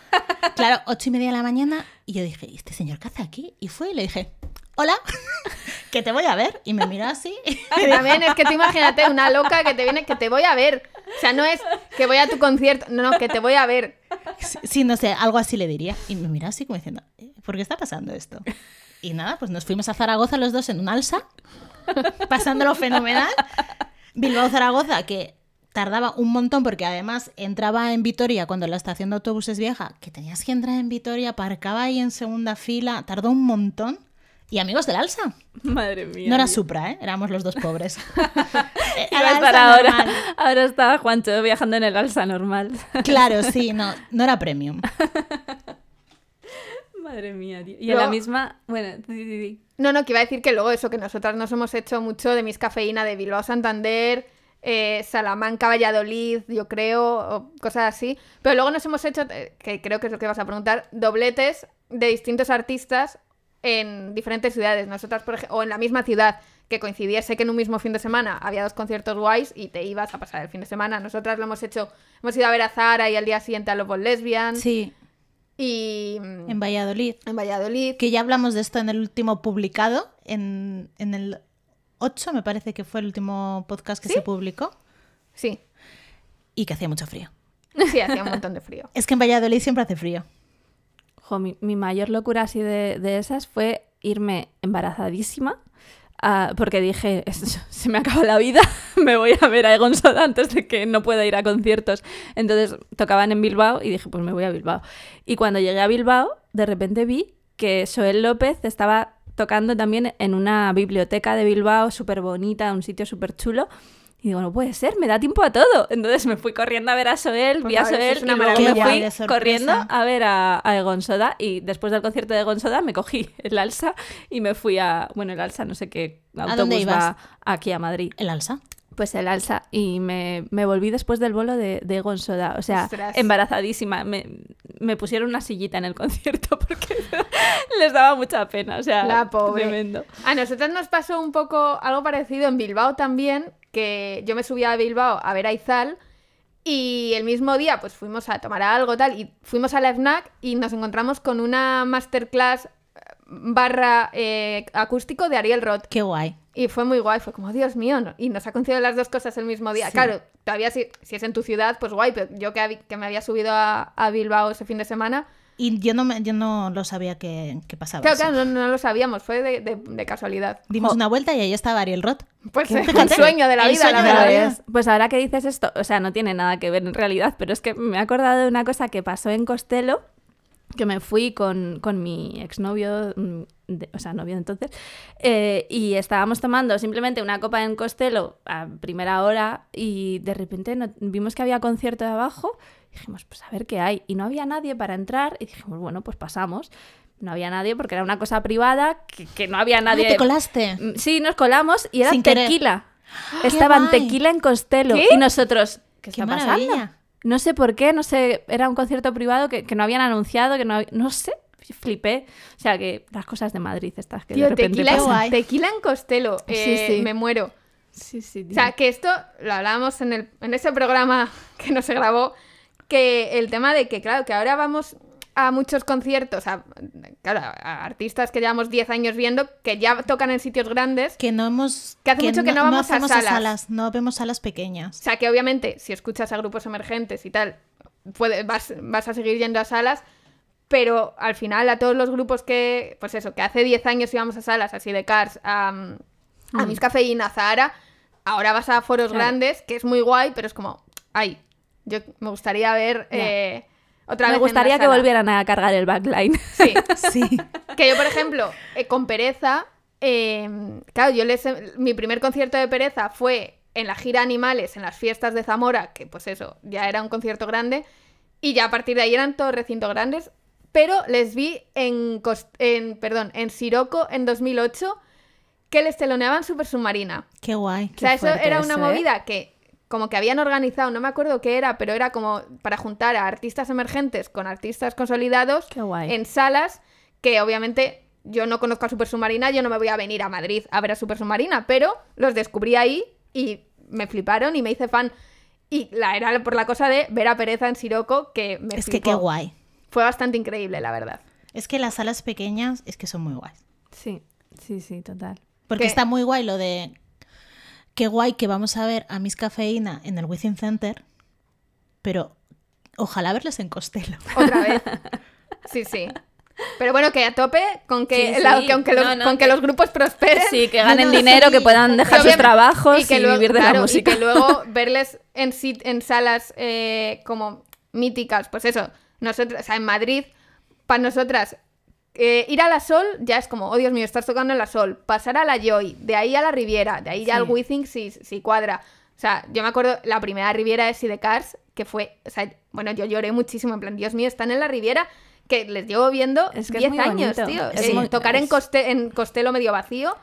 [SPEAKER 3] Claro, ocho y media de la mañana. Y yo dije, ¿y este señor qué hace aquí? Y fue y le dije, hola, que te voy a ver. Y me miró así.
[SPEAKER 2] También es que tú imagínate una loca que te viene, que te voy a ver. O sea, no es que voy a tu concierto, no, no, que te voy a ver.
[SPEAKER 3] Sí, no sé, algo así le diría. Y me miró así como diciendo, "Eh, ¿por qué está pasando esto? Y nada, pues nos fuimos a Zaragoza los dos en un alsa, pasándolo fenomenal. Bilbao-Zaragoza, que tardaba un montón porque además entraba en Vitoria cuando la estación de autobuses vieja, que tenías que entrar en Vitoria, aparcaba ahí en segunda fila, tardó un montón. Y amigos del alsa.
[SPEAKER 4] Madre mía.
[SPEAKER 3] No era
[SPEAKER 4] tío.
[SPEAKER 3] Supra, ¿eh? éramos los dos pobres.
[SPEAKER 4] Iba a
[SPEAKER 3] Era
[SPEAKER 4] estar
[SPEAKER 3] Alsa
[SPEAKER 4] ahora.
[SPEAKER 3] normal.
[SPEAKER 4] Ahora estaba Juancho viajando en el alza normal.
[SPEAKER 3] Claro, sí, no, no era premium.
[SPEAKER 4] Madre mía, tío. Y
[SPEAKER 2] Luego-
[SPEAKER 4] a la misma. Bueno, sí, sí, sí.
[SPEAKER 2] No, no, que iba a decir que luego eso, que nosotras nos hemos hecho mucho de mis cafeína de Bilbao Santander, eh, Salamanca, Valladolid, yo creo, o cosas así. Pero luego nos hemos hecho, eh, que creo que es lo que vas a preguntar, dobletes de distintos artistas en diferentes ciudades. Nosotras, por ejemplo, o en la misma ciudad, que coincidiese que en un mismo fin de semana había dos conciertos guays y te ibas a pasar el fin de semana. Nosotras lo hemos hecho, hemos ido a ver a Zara y al día siguiente a Lobos Lesbian.
[SPEAKER 3] Sí,
[SPEAKER 2] Y mm,
[SPEAKER 3] en Valladolid.
[SPEAKER 2] en Valladolid.
[SPEAKER 3] que ya hablamos de esto en el último publicado, en, en el 8 me parece que fue el último podcast que se publicó,
[SPEAKER 2] Sí,
[SPEAKER 3] y que hacía mucho frío.
[SPEAKER 2] sí, hacía un montón de frío.
[SPEAKER 3] Es que en Valladolid siempre hace frío.
[SPEAKER 4] Jo, mi, mi mayor locura así de, de esas fue irme embarazadísima. ah, porque dije, "Es- se me acaba la vida, me voy a ver a Egon Soda antes de que no pueda ir a conciertos. Entonces tocaban en Bilbao y dije, pues me voy a Bilbao. Y cuando llegué a Bilbao, de repente vi que Soel López estaba tocando también en una biblioteca de Bilbao súper bonita, un sitio súper chulo. Y digo, no puede ser, me da tiempo a todo. Entonces me fui corriendo a ver a Soel,
[SPEAKER 2] Pues
[SPEAKER 4] vi a
[SPEAKER 2] nada, eso
[SPEAKER 4] Soel
[SPEAKER 2] es
[SPEAKER 4] y
[SPEAKER 2] una
[SPEAKER 4] luego me
[SPEAKER 3] maravilla.
[SPEAKER 4] fui
[SPEAKER 3] Qué sorpresa.
[SPEAKER 4] corriendo a ver a, a Egon Soda y después del concierto de Egon Soda me cogí el alza y me fui a, bueno, el alza no sé qué autobús
[SPEAKER 3] dónde ibas?
[SPEAKER 4] va aquí a Madrid.
[SPEAKER 3] El alza.
[SPEAKER 4] Pues el alza y me, me volví después del bolo de, de Egon Soda, o sea,
[SPEAKER 2] Ostras.
[SPEAKER 4] embarazadísima. Me, me pusieron una sillita en el concierto porque les daba mucha pena, o sea,
[SPEAKER 2] La pobre.
[SPEAKER 4] tremendo.
[SPEAKER 2] A nosotros nos pasó un poco algo parecido en Bilbao también, que yo me subía a Bilbao a ver a Izal y el mismo día pues fuimos a tomar algo tal y fuimos a la FNAC y nos encontramos con una masterclass eh, barra eh, acústico de Ariel Roth
[SPEAKER 3] Qué guay.
[SPEAKER 2] y fue muy guay, fue como Dios mío no- y nos ha concedido las dos cosas el mismo día.
[SPEAKER 3] Sí.
[SPEAKER 2] Claro, todavía si, si es en tu ciudad pues guay, pero yo que, hab- que me había subido a, a Bilbao ese fin de semana,
[SPEAKER 3] Y yo no, me- yo no lo sabía que, que pasaba.
[SPEAKER 2] claro,
[SPEAKER 3] eso.
[SPEAKER 2] claro, no, no lo sabíamos, fue de, de- de casualidad.
[SPEAKER 3] Ah, pues Dimos una vuelta y ahí estaba Ariel Roth.
[SPEAKER 2] Pues
[SPEAKER 3] Qué
[SPEAKER 2] eh, un
[SPEAKER 3] fíjate,
[SPEAKER 2] sueño de la
[SPEAKER 3] el
[SPEAKER 2] vida, la
[SPEAKER 3] sueño de la
[SPEAKER 2] verdad.
[SPEAKER 3] vida.
[SPEAKER 4] Pues- Pues ahora que dices esto, o sea, no tiene nada que ver en realidad, pero es que me he acordado de una cosa que pasó en Costello, que me fui con, con mi exnovio, mm, de- o sea, novio de entonces, eh, y estábamos tomando simplemente una copa en Costello a primera hora y de repente no- vimos que había concierto de abajo, dijimos, pues a ver qué hay, y no había nadie para entrar, y dijimos, bueno, pues pasamos. No había nadie porque era una cosa privada, que, que no había
[SPEAKER 3] Ah,
[SPEAKER 4] nadie.
[SPEAKER 3] ¿Te colaste?
[SPEAKER 4] Mm, Sí, nos colamos y era
[SPEAKER 3] Sin querer.
[SPEAKER 4] tequila. Estaban
[SPEAKER 3] guay!
[SPEAKER 4] Tequila en Costello
[SPEAKER 2] ¿Qué?
[SPEAKER 4] y nosotros, ¿qué
[SPEAKER 3] ¡Qué
[SPEAKER 4] está pasando?
[SPEAKER 3] maravilla!
[SPEAKER 4] No sé por qué, no sé, era un concierto privado que, que no habían anunciado, que no, hab- no sé, flipé. O sea, que las cosas de Madrid estas que de
[SPEAKER 2] Tío,
[SPEAKER 4] repente
[SPEAKER 2] tequila,
[SPEAKER 3] pasa.
[SPEAKER 4] pasan.
[SPEAKER 3] Guay.
[SPEAKER 2] tequila en Costello.
[SPEAKER 4] Sí,
[SPEAKER 2] eh,
[SPEAKER 4] sí.
[SPEAKER 2] Me muero.
[SPEAKER 4] Sí, sí,
[SPEAKER 2] O sea, que esto lo hablábamos en, el, en ese programa que no se grabó, que el tema de que, claro, que ahora vamos a muchos conciertos, a, claro, a artistas que llevamos 10 años viendo, que ya tocan en sitios grandes.
[SPEAKER 3] Que no hemos.
[SPEAKER 2] Que hace mucho que no vamos a
[SPEAKER 3] hacemos
[SPEAKER 2] salas.
[SPEAKER 3] No vemos salas pequeñas.
[SPEAKER 2] O sea, que obviamente, si escuchas a grupos emergentes y tal, puede- vas, vas a seguir yendo a salas, pero al final a todos los grupos que, pues eso, que hace 10 años íbamos a salas, así de Cars, a, a Miss Cafeína, a Zahara, ahora vas a foros
[SPEAKER 4] Mm. Claro.
[SPEAKER 2] grandes, que es muy guay, pero es como, ay, yo me gustaría ver
[SPEAKER 4] Ya.
[SPEAKER 2] eh, otra vez.
[SPEAKER 4] Me
[SPEAKER 2] en una
[SPEAKER 4] gustaría que
[SPEAKER 2] sala".
[SPEAKER 4] volvieran a cargar el backline.
[SPEAKER 2] Sí,
[SPEAKER 3] Sí.
[SPEAKER 2] que yo, por ejemplo, eh, con Pereza, eh, claro, yo les. Mi primer concierto de Pereza fue en la gira Animales, en las fiestas de Zamora, que pues eso, ya era un concierto grande, y ya a partir de ahí eran todos recintos grandes, pero les vi en, Cos- en perdón, en Siroco en 2008, que les teloneaban Super Submarina.
[SPEAKER 3] Qué guay.
[SPEAKER 2] O sea, eso
[SPEAKER 4] fuerte
[SPEAKER 2] era una
[SPEAKER 4] eso, ¿eh?
[SPEAKER 2] movida que como que habían organizado, no me acuerdo qué era, pero era como para juntar a artistas emergentes con artistas consolidados
[SPEAKER 4] Qué guay.
[SPEAKER 2] en salas que obviamente yo no conozco a Super Submarina, yo no me voy a venir a Madrid a ver a Super Submarina, pero los descubrí ahí y me fliparon y me hice fan. Y la era por la cosa de ver a Pereza en Siroco, que me
[SPEAKER 3] Es que
[SPEAKER 2] flipó.
[SPEAKER 3] qué guay.
[SPEAKER 2] Fue bastante increíble, la verdad.
[SPEAKER 3] Es que las salas pequeñas es que son muy guays.
[SPEAKER 4] Sí, sí, sí, total.
[SPEAKER 3] Porque
[SPEAKER 2] Que-
[SPEAKER 3] está muy guay lo de. Qué guay que vamos a ver a Miss Cafeína en el Within Center, pero ojalá verles en Costello.
[SPEAKER 2] Otra vez. Sí, sí. Pero bueno, que a tope con que,
[SPEAKER 4] Sí,
[SPEAKER 2] la-
[SPEAKER 4] sí.
[SPEAKER 2] que aunque, los,
[SPEAKER 4] No, no,
[SPEAKER 2] con que,
[SPEAKER 4] que-
[SPEAKER 2] los grupos prosperen.
[SPEAKER 4] Sí, que
[SPEAKER 3] No,
[SPEAKER 4] ganen
[SPEAKER 3] no,
[SPEAKER 4] dinero,
[SPEAKER 3] sí.
[SPEAKER 4] que puedan dejar sus
[SPEAKER 2] obviamente-
[SPEAKER 4] trabajos y,
[SPEAKER 2] luego-
[SPEAKER 4] vivir de la
[SPEAKER 2] claro,
[SPEAKER 4] música.
[SPEAKER 2] Y que luego verles en, sit- en salas eh, como míticas, pues eso, nosotras, o sea, en Madrid, para nosotras, eh, ir a la Sol ya es como, oh Dios mío, estás tocando en la Sol, pasar a la Joy, de ahí a la Riviera, de ahí ya
[SPEAKER 4] Sí.
[SPEAKER 2] al Withing si, si cuadra. O sea, yo me acuerdo, la primera Riviera de Si de Cars, que fue, o sea, bueno, yo lloré muchísimo, en plan, Dios mío, están en la Riviera, que les llevo viendo
[SPEAKER 4] Es
[SPEAKER 2] 10
[SPEAKER 4] que es muy
[SPEAKER 2] años,
[SPEAKER 4] bonito.
[SPEAKER 2] tío.
[SPEAKER 4] Es
[SPEAKER 2] Eh,
[SPEAKER 4] muy-
[SPEAKER 2] tocar en,
[SPEAKER 4] es-
[SPEAKER 2] coste, en Costello medio vacío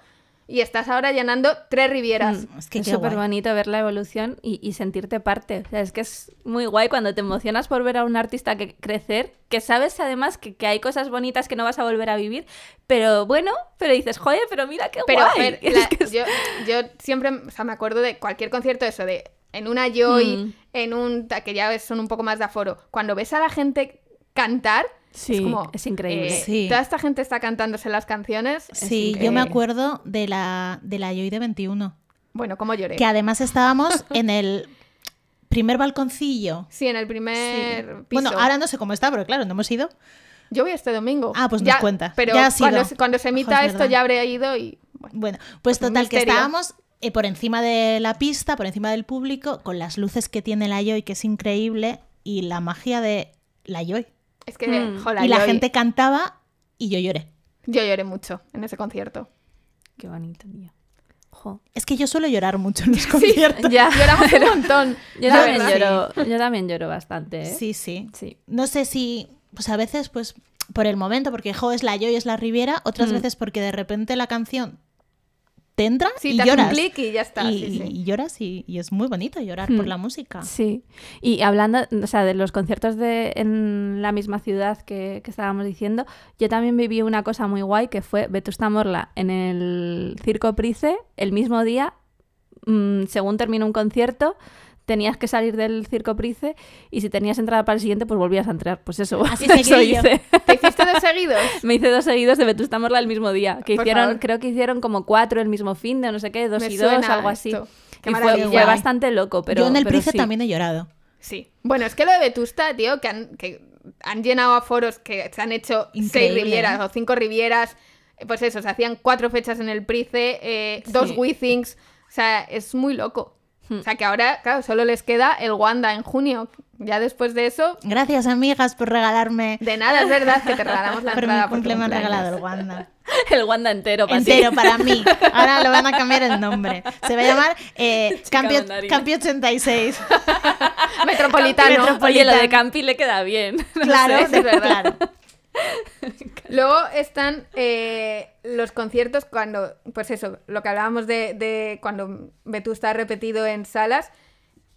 [SPEAKER 2] y estás ahora llenando tres rivieras.
[SPEAKER 4] Mm,
[SPEAKER 3] Es que
[SPEAKER 4] es
[SPEAKER 3] qué
[SPEAKER 4] súper
[SPEAKER 3] guay.
[SPEAKER 4] bonito ver la evolución y, y sentirte parte. O sea, es que es muy guay cuando te emocionas por ver a un artista que crecer, que sabes además que, que hay cosas bonitas que no vas a volver a vivir, pero bueno, pero dices, joder, pero mira qué
[SPEAKER 2] Pero
[SPEAKER 4] guay.
[SPEAKER 2] Fer,
[SPEAKER 4] Es
[SPEAKER 2] la-
[SPEAKER 4] que es-
[SPEAKER 2] yo, yo siempre o sea, me acuerdo de cualquier concierto, eso de en una Joy,
[SPEAKER 4] Mm.
[SPEAKER 2] en un. ta- que ya son un poco más de aforo. Cuando ves a la gente cantar.
[SPEAKER 4] Sí,
[SPEAKER 2] es, como,
[SPEAKER 4] es increíble.
[SPEAKER 2] eh,
[SPEAKER 3] Sí.
[SPEAKER 2] Toda esta gente está cantándose las canciones.
[SPEAKER 3] Sí,
[SPEAKER 4] increíble.
[SPEAKER 3] yo me acuerdo de la, de la Joy de 21,
[SPEAKER 2] Bueno, como lloré.
[SPEAKER 3] que además estábamos en el primer balconcillo.
[SPEAKER 2] Sí, en el primer piso.
[SPEAKER 3] Bueno, ahora no sé cómo está, pero claro, no hemos ido.
[SPEAKER 2] Yo voy este domingo.
[SPEAKER 3] Ah, pues nos
[SPEAKER 2] ya,
[SPEAKER 3] cuentas.
[SPEAKER 2] Pero
[SPEAKER 3] Ya has
[SPEAKER 2] cuando,
[SPEAKER 3] ido.
[SPEAKER 2] se- cuando se emita
[SPEAKER 3] Ojo, es
[SPEAKER 2] esto
[SPEAKER 3] verdad.
[SPEAKER 2] ya habré ido y. Bueno,
[SPEAKER 3] Bueno, pues
[SPEAKER 2] Pues un
[SPEAKER 3] total, que
[SPEAKER 2] misterio.
[SPEAKER 3] estábamos eh, por encima de la pista, por encima del público, con las luces que tiene la Joy, que es increíble, y la magia de la Joy.
[SPEAKER 2] es que,
[SPEAKER 4] Mm.
[SPEAKER 2] jola,
[SPEAKER 3] y la
[SPEAKER 2] yo-
[SPEAKER 3] gente cantaba y yo lloré.
[SPEAKER 2] Yo lloré mucho en ese concierto.
[SPEAKER 4] Qué bonito, tío. Jo.
[SPEAKER 3] Es que yo suelo llorar mucho en los conciertos.
[SPEAKER 4] Ya.
[SPEAKER 2] Lloramos un montón.
[SPEAKER 4] Yo
[SPEAKER 2] la
[SPEAKER 4] también,
[SPEAKER 2] verdad.
[SPEAKER 4] lloro, yo también lloro bastante. ¿eh?
[SPEAKER 3] Sí, sí.
[SPEAKER 4] Sí.
[SPEAKER 3] No sé si, pues a veces, pues por el momento, porque jo, es la Joy, es la Riviera, otras
[SPEAKER 4] Mm.
[SPEAKER 3] veces porque de repente la canción te entra
[SPEAKER 2] Sí,
[SPEAKER 3] y
[SPEAKER 2] te hace un
[SPEAKER 3] lloras.
[SPEAKER 2] clic y ya está.
[SPEAKER 3] y,
[SPEAKER 2] sí, sí.
[SPEAKER 3] y lloras y, y es muy bonito llorar por
[SPEAKER 4] Mm.
[SPEAKER 3] la música.
[SPEAKER 4] Sí, y hablando, o sea, de los conciertos de, en la misma ciudad que, que estábamos diciendo, yo también viví una cosa muy guay que fue Vetusta Morla en el Circo Price, el mismo día, mm, según terminó un concierto, tenías que salir del Circo Price y si tenías entrada para el siguiente, pues volvías a entrar. Pues eso,
[SPEAKER 3] Así
[SPEAKER 4] eso
[SPEAKER 3] seguidillo.
[SPEAKER 4] hice.
[SPEAKER 2] ¿Te hiciste de seguidos?
[SPEAKER 4] Me hice dos seguidos de Vetusta Morla el mismo día, que
[SPEAKER 2] Por
[SPEAKER 4] hicieron,
[SPEAKER 2] favor.
[SPEAKER 4] creo que hicieron como cuatro el mismo fin de no sé qué, dos
[SPEAKER 2] Me
[SPEAKER 4] y dos,
[SPEAKER 2] suena
[SPEAKER 4] algo así.
[SPEAKER 2] esto. Qué
[SPEAKER 4] Y fue-
[SPEAKER 2] maravilla.
[SPEAKER 4] fue,
[SPEAKER 3] Guay.
[SPEAKER 4] bastante loco, pero
[SPEAKER 3] yo en el
[SPEAKER 4] pero
[SPEAKER 3] Price
[SPEAKER 4] sí.
[SPEAKER 3] también he llorado.
[SPEAKER 2] Sí. Bueno, es que lo de Vetusta, tío, que han, que han llenado a foros que se han hecho
[SPEAKER 3] Increíble,
[SPEAKER 2] seis rivieras
[SPEAKER 3] ¿eh?
[SPEAKER 2] o cinco rivieras. eh, Pues eso, se hacían cuatro fechas en el Price, eh, dos
[SPEAKER 4] Sí.
[SPEAKER 2] Withings. O sea, es muy loco. O sea, que ahora, claro, solo les queda el Wanda en junio. Ya después de eso,
[SPEAKER 3] Gracias, amigas, por regalarme.
[SPEAKER 2] de nada es verdad que te regalamos la
[SPEAKER 3] Por
[SPEAKER 2] entrada. por
[SPEAKER 3] mi
[SPEAKER 2] tu
[SPEAKER 3] cumple me han
[SPEAKER 2] cumpleaños.
[SPEAKER 3] regalado el Wanda.
[SPEAKER 4] El Wanda entero, para ti.
[SPEAKER 3] Entero para mí. Ahora lo van a cambiar el nombre. Se va a llamar eh,
[SPEAKER 4] Chica
[SPEAKER 3] Cambio,
[SPEAKER 4] mandarina.
[SPEAKER 3] Cambio 86.
[SPEAKER 2] Metropolitano.
[SPEAKER 3] Metro-
[SPEAKER 4] Oye, lo de Campi le queda bien.
[SPEAKER 3] Claro,
[SPEAKER 2] sé,
[SPEAKER 3] de-
[SPEAKER 2] es verdad.
[SPEAKER 3] claro.
[SPEAKER 2] Luego están eh, los conciertos cuando, pues eso, lo que hablábamos de, de cuando Vetusta ha repetido en salas,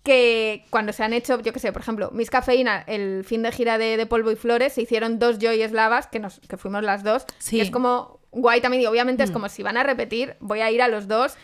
[SPEAKER 2] que cuando se han hecho, yo qué sé, por ejemplo, Miss Cafeína, el fin de gira de, de Polvo y Flores, se hicieron dos Joy Eslavas, que, nos, que fuimos las dos,
[SPEAKER 3] Sí.
[SPEAKER 2] que es como guay también, y obviamente es como si van a repetir, voy a ir a los dos.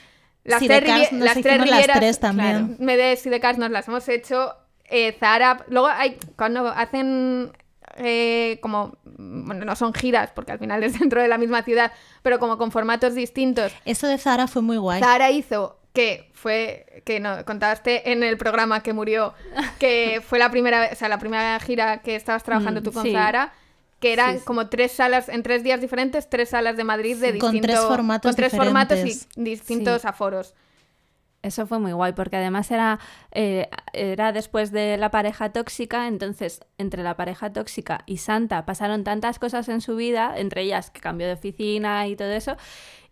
[SPEAKER 2] Las
[SPEAKER 3] Sí,
[SPEAKER 2] tres,
[SPEAKER 3] de Cars
[SPEAKER 2] Rivie-
[SPEAKER 3] nos
[SPEAKER 2] las tres
[SPEAKER 3] hicimos las
[SPEAKER 2] Rivieras,
[SPEAKER 3] tres también.
[SPEAKER 2] claro, Medes y de Cars nos las hemos hecho, eh, Zara, luego hay, cuando hacen eh, como, bueno, no son giras, porque al final es dentro de la misma ciudad, pero como con formatos distintos,
[SPEAKER 3] Eso de Zara fue muy guay.
[SPEAKER 2] Zara hizo que fue que no contaste en el programa que murió que fue la primera vez- o sea la primera gira que estabas trabajando
[SPEAKER 4] Mm,
[SPEAKER 2] tú con
[SPEAKER 4] sí.
[SPEAKER 2] Zara que eran
[SPEAKER 4] Sí, sí.
[SPEAKER 2] como tres salas en tres días diferentes tres salas de Madrid de
[SPEAKER 3] Con
[SPEAKER 2] distinto-
[SPEAKER 3] tres formatos
[SPEAKER 2] con tres formatos
[SPEAKER 3] diferentes.
[SPEAKER 2] y distintos aforos
[SPEAKER 4] Eso fue muy guay, porque además era, eh, era después de la pareja tóxica, entonces entre la pareja tóxica y Santa pasaron tantas cosas en su vida, entre ellas que cambió de oficina y todo eso,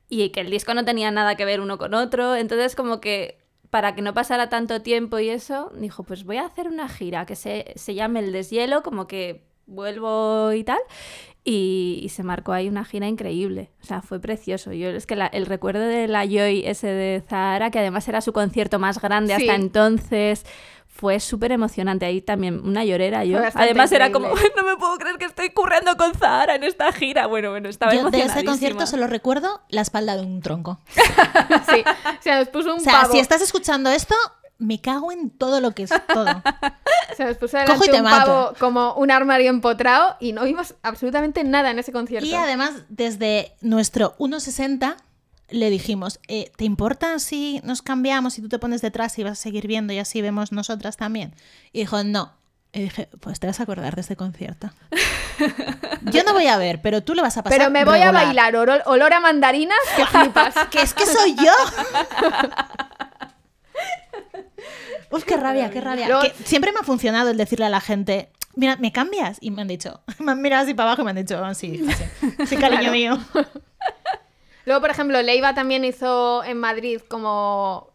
[SPEAKER 4] y que el disco no tenía nada que ver uno con otro, entonces como que para que no pasara tanto tiempo y eso, dijo, pues voy a hacer una gira que se, se llame El deshielo, como que vuelvo y tal. Y, y se marcó ahí una gira increíble. O sea, fue precioso. Yo es que la- el recuerdo de la Joy ese de Zahara, que además era su concierto más grande
[SPEAKER 2] Sí.
[SPEAKER 4] hasta entonces, fue súper emocionante. Ahí también una llorera yo.
[SPEAKER 2] Fue bastante
[SPEAKER 4] Además era como,
[SPEAKER 2] increíble.
[SPEAKER 4] no me puedo creer que estoy currando con Zahara en esta gira. Bueno, bueno, estaba
[SPEAKER 3] Yo de ese
[SPEAKER 4] emocionadísima.
[SPEAKER 3] concierto solo recuerdo la espalda de un tronco.
[SPEAKER 2] sí se nos puso un
[SPEAKER 3] O sea,
[SPEAKER 2] pavo
[SPEAKER 3] si estás escuchando esto, me cago en todo lo que es todo.
[SPEAKER 2] se nos puso
[SPEAKER 3] Cojo y
[SPEAKER 2] delante
[SPEAKER 3] te
[SPEAKER 2] un
[SPEAKER 3] mato.
[SPEAKER 2] pavo como un armario empotrado y no vimos absolutamente nada en ese concierto
[SPEAKER 3] Y además, desde nuestro 1.60 le dijimos, eh, ¿te importa si nos cambiamos y tú te pones detrás y vas a seguir viendo y así vemos nosotras también? Y dijo, no. Y dije, pues te vas a acordar de este concierto. Yo no voy a ver, pero tú lo vas a pasar.
[SPEAKER 2] pero me voy
[SPEAKER 3] regular.
[SPEAKER 2] a bailar olor, olor a mandarinas que flipas
[SPEAKER 3] Que es que soy yo. Uf, qué rabia, qué rabia.
[SPEAKER 2] Luego-
[SPEAKER 3] Que siempre me ha funcionado el decirle a la gente, mira, ¿me cambias? Y me han dicho, me han mirado así para abajo y me han dicho, "Ah, sí, hija, sí, sí, cariño mío.
[SPEAKER 2] Luego, por ejemplo, Leiva también hizo en Madrid como.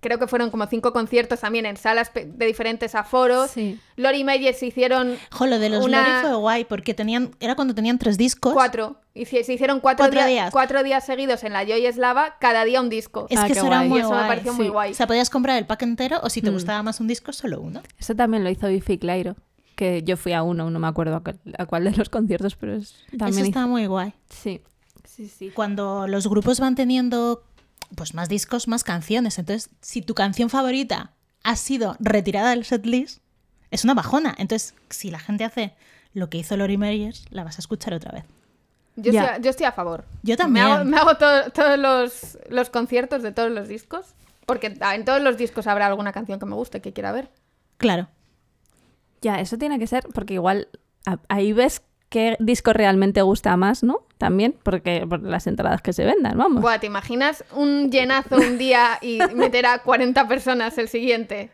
[SPEAKER 2] Creo que fueron como cinco conciertos también en salas pe- de diferentes aforos.
[SPEAKER 4] Sí.
[SPEAKER 2] Lori Meyer se hicieron
[SPEAKER 3] Jo, lo de los
[SPEAKER 2] Una-
[SPEAKER 3] Lori fue guay porque tenían, era cuando tenían tres discos.
[SPEAKER 2] cuatro. Y se se hicieron cuatro,
[SPEAKER 3] Cuatro
[SPEAKER 2] dia-
[SPEAKER 3] días.
[SPEAKER 2] cuatro días seguidos en la Joy Eslava, cada día un disco.
[SPEAKER 3] Es
[SPEAKER 4] Ah,
[SPEAKER 3] que
[SPEAKER 4] qué
[SPEAKER 3] eso era
[SPEAKER 4] guay.
[SPEAKER 3] muy
[SPEAKER 2] y eso
[SPEAKER 3] guay.
[SPEAKER 2] me pareció
[SPEAKER 4] sí.
[SPEAKER 2] muy
[SPEAKER 3] O
[SPEAKER 2] guay. Mm.
[SPEAKER 3] sea, podías comprar el pack entero o si te gustaba más un disco, solo uno.
[SPEAKER 4] Eso también lo hizo Biffy Clyro, que yo fui a uno, no me acuerdo a cuál, a cuál de los conciertos, pero es, también
[SPEAKER 3] eso
[SPEAKER 4] hizo-
[SPEAKER 3] estaba muy guay.
[SPEAKER 4] Sí, sí, sí.
[SPEAKER 3] cuando los grupos van teniendo pues más discos, más canciones. Entonces, si tu canción favorita ha sido retirada del setlist, es una bajona. Entonces, si la gente hace lo que hizo Lori Meyers, la vas a escuchar otra vez.
[SPEAKER 2] Yo,
[SPEAKER 4] Ya.
[SPEAKER 2] estoy, a- yo estoy a favor.
[SPEAKER 3] Yo también.
[SPEAKER 2] Me hago, me hago to- todos los, los conciertos de todos los discos. Porque ah, en todos los discos habrá alguna canción que me guste, que quiera ver.
[SPEAKER 3] Claro.
[SPEAKER 4] Ya, eso tiene que ser, porque igual a- ahí ves qué disco realmente gusta más, ¿no? También, porque por las entradas que se vendan, vamos.
[SPEAKER 2] Buah, ¿te imaginas un llenazo un día y meter a 40 personas el siguiente?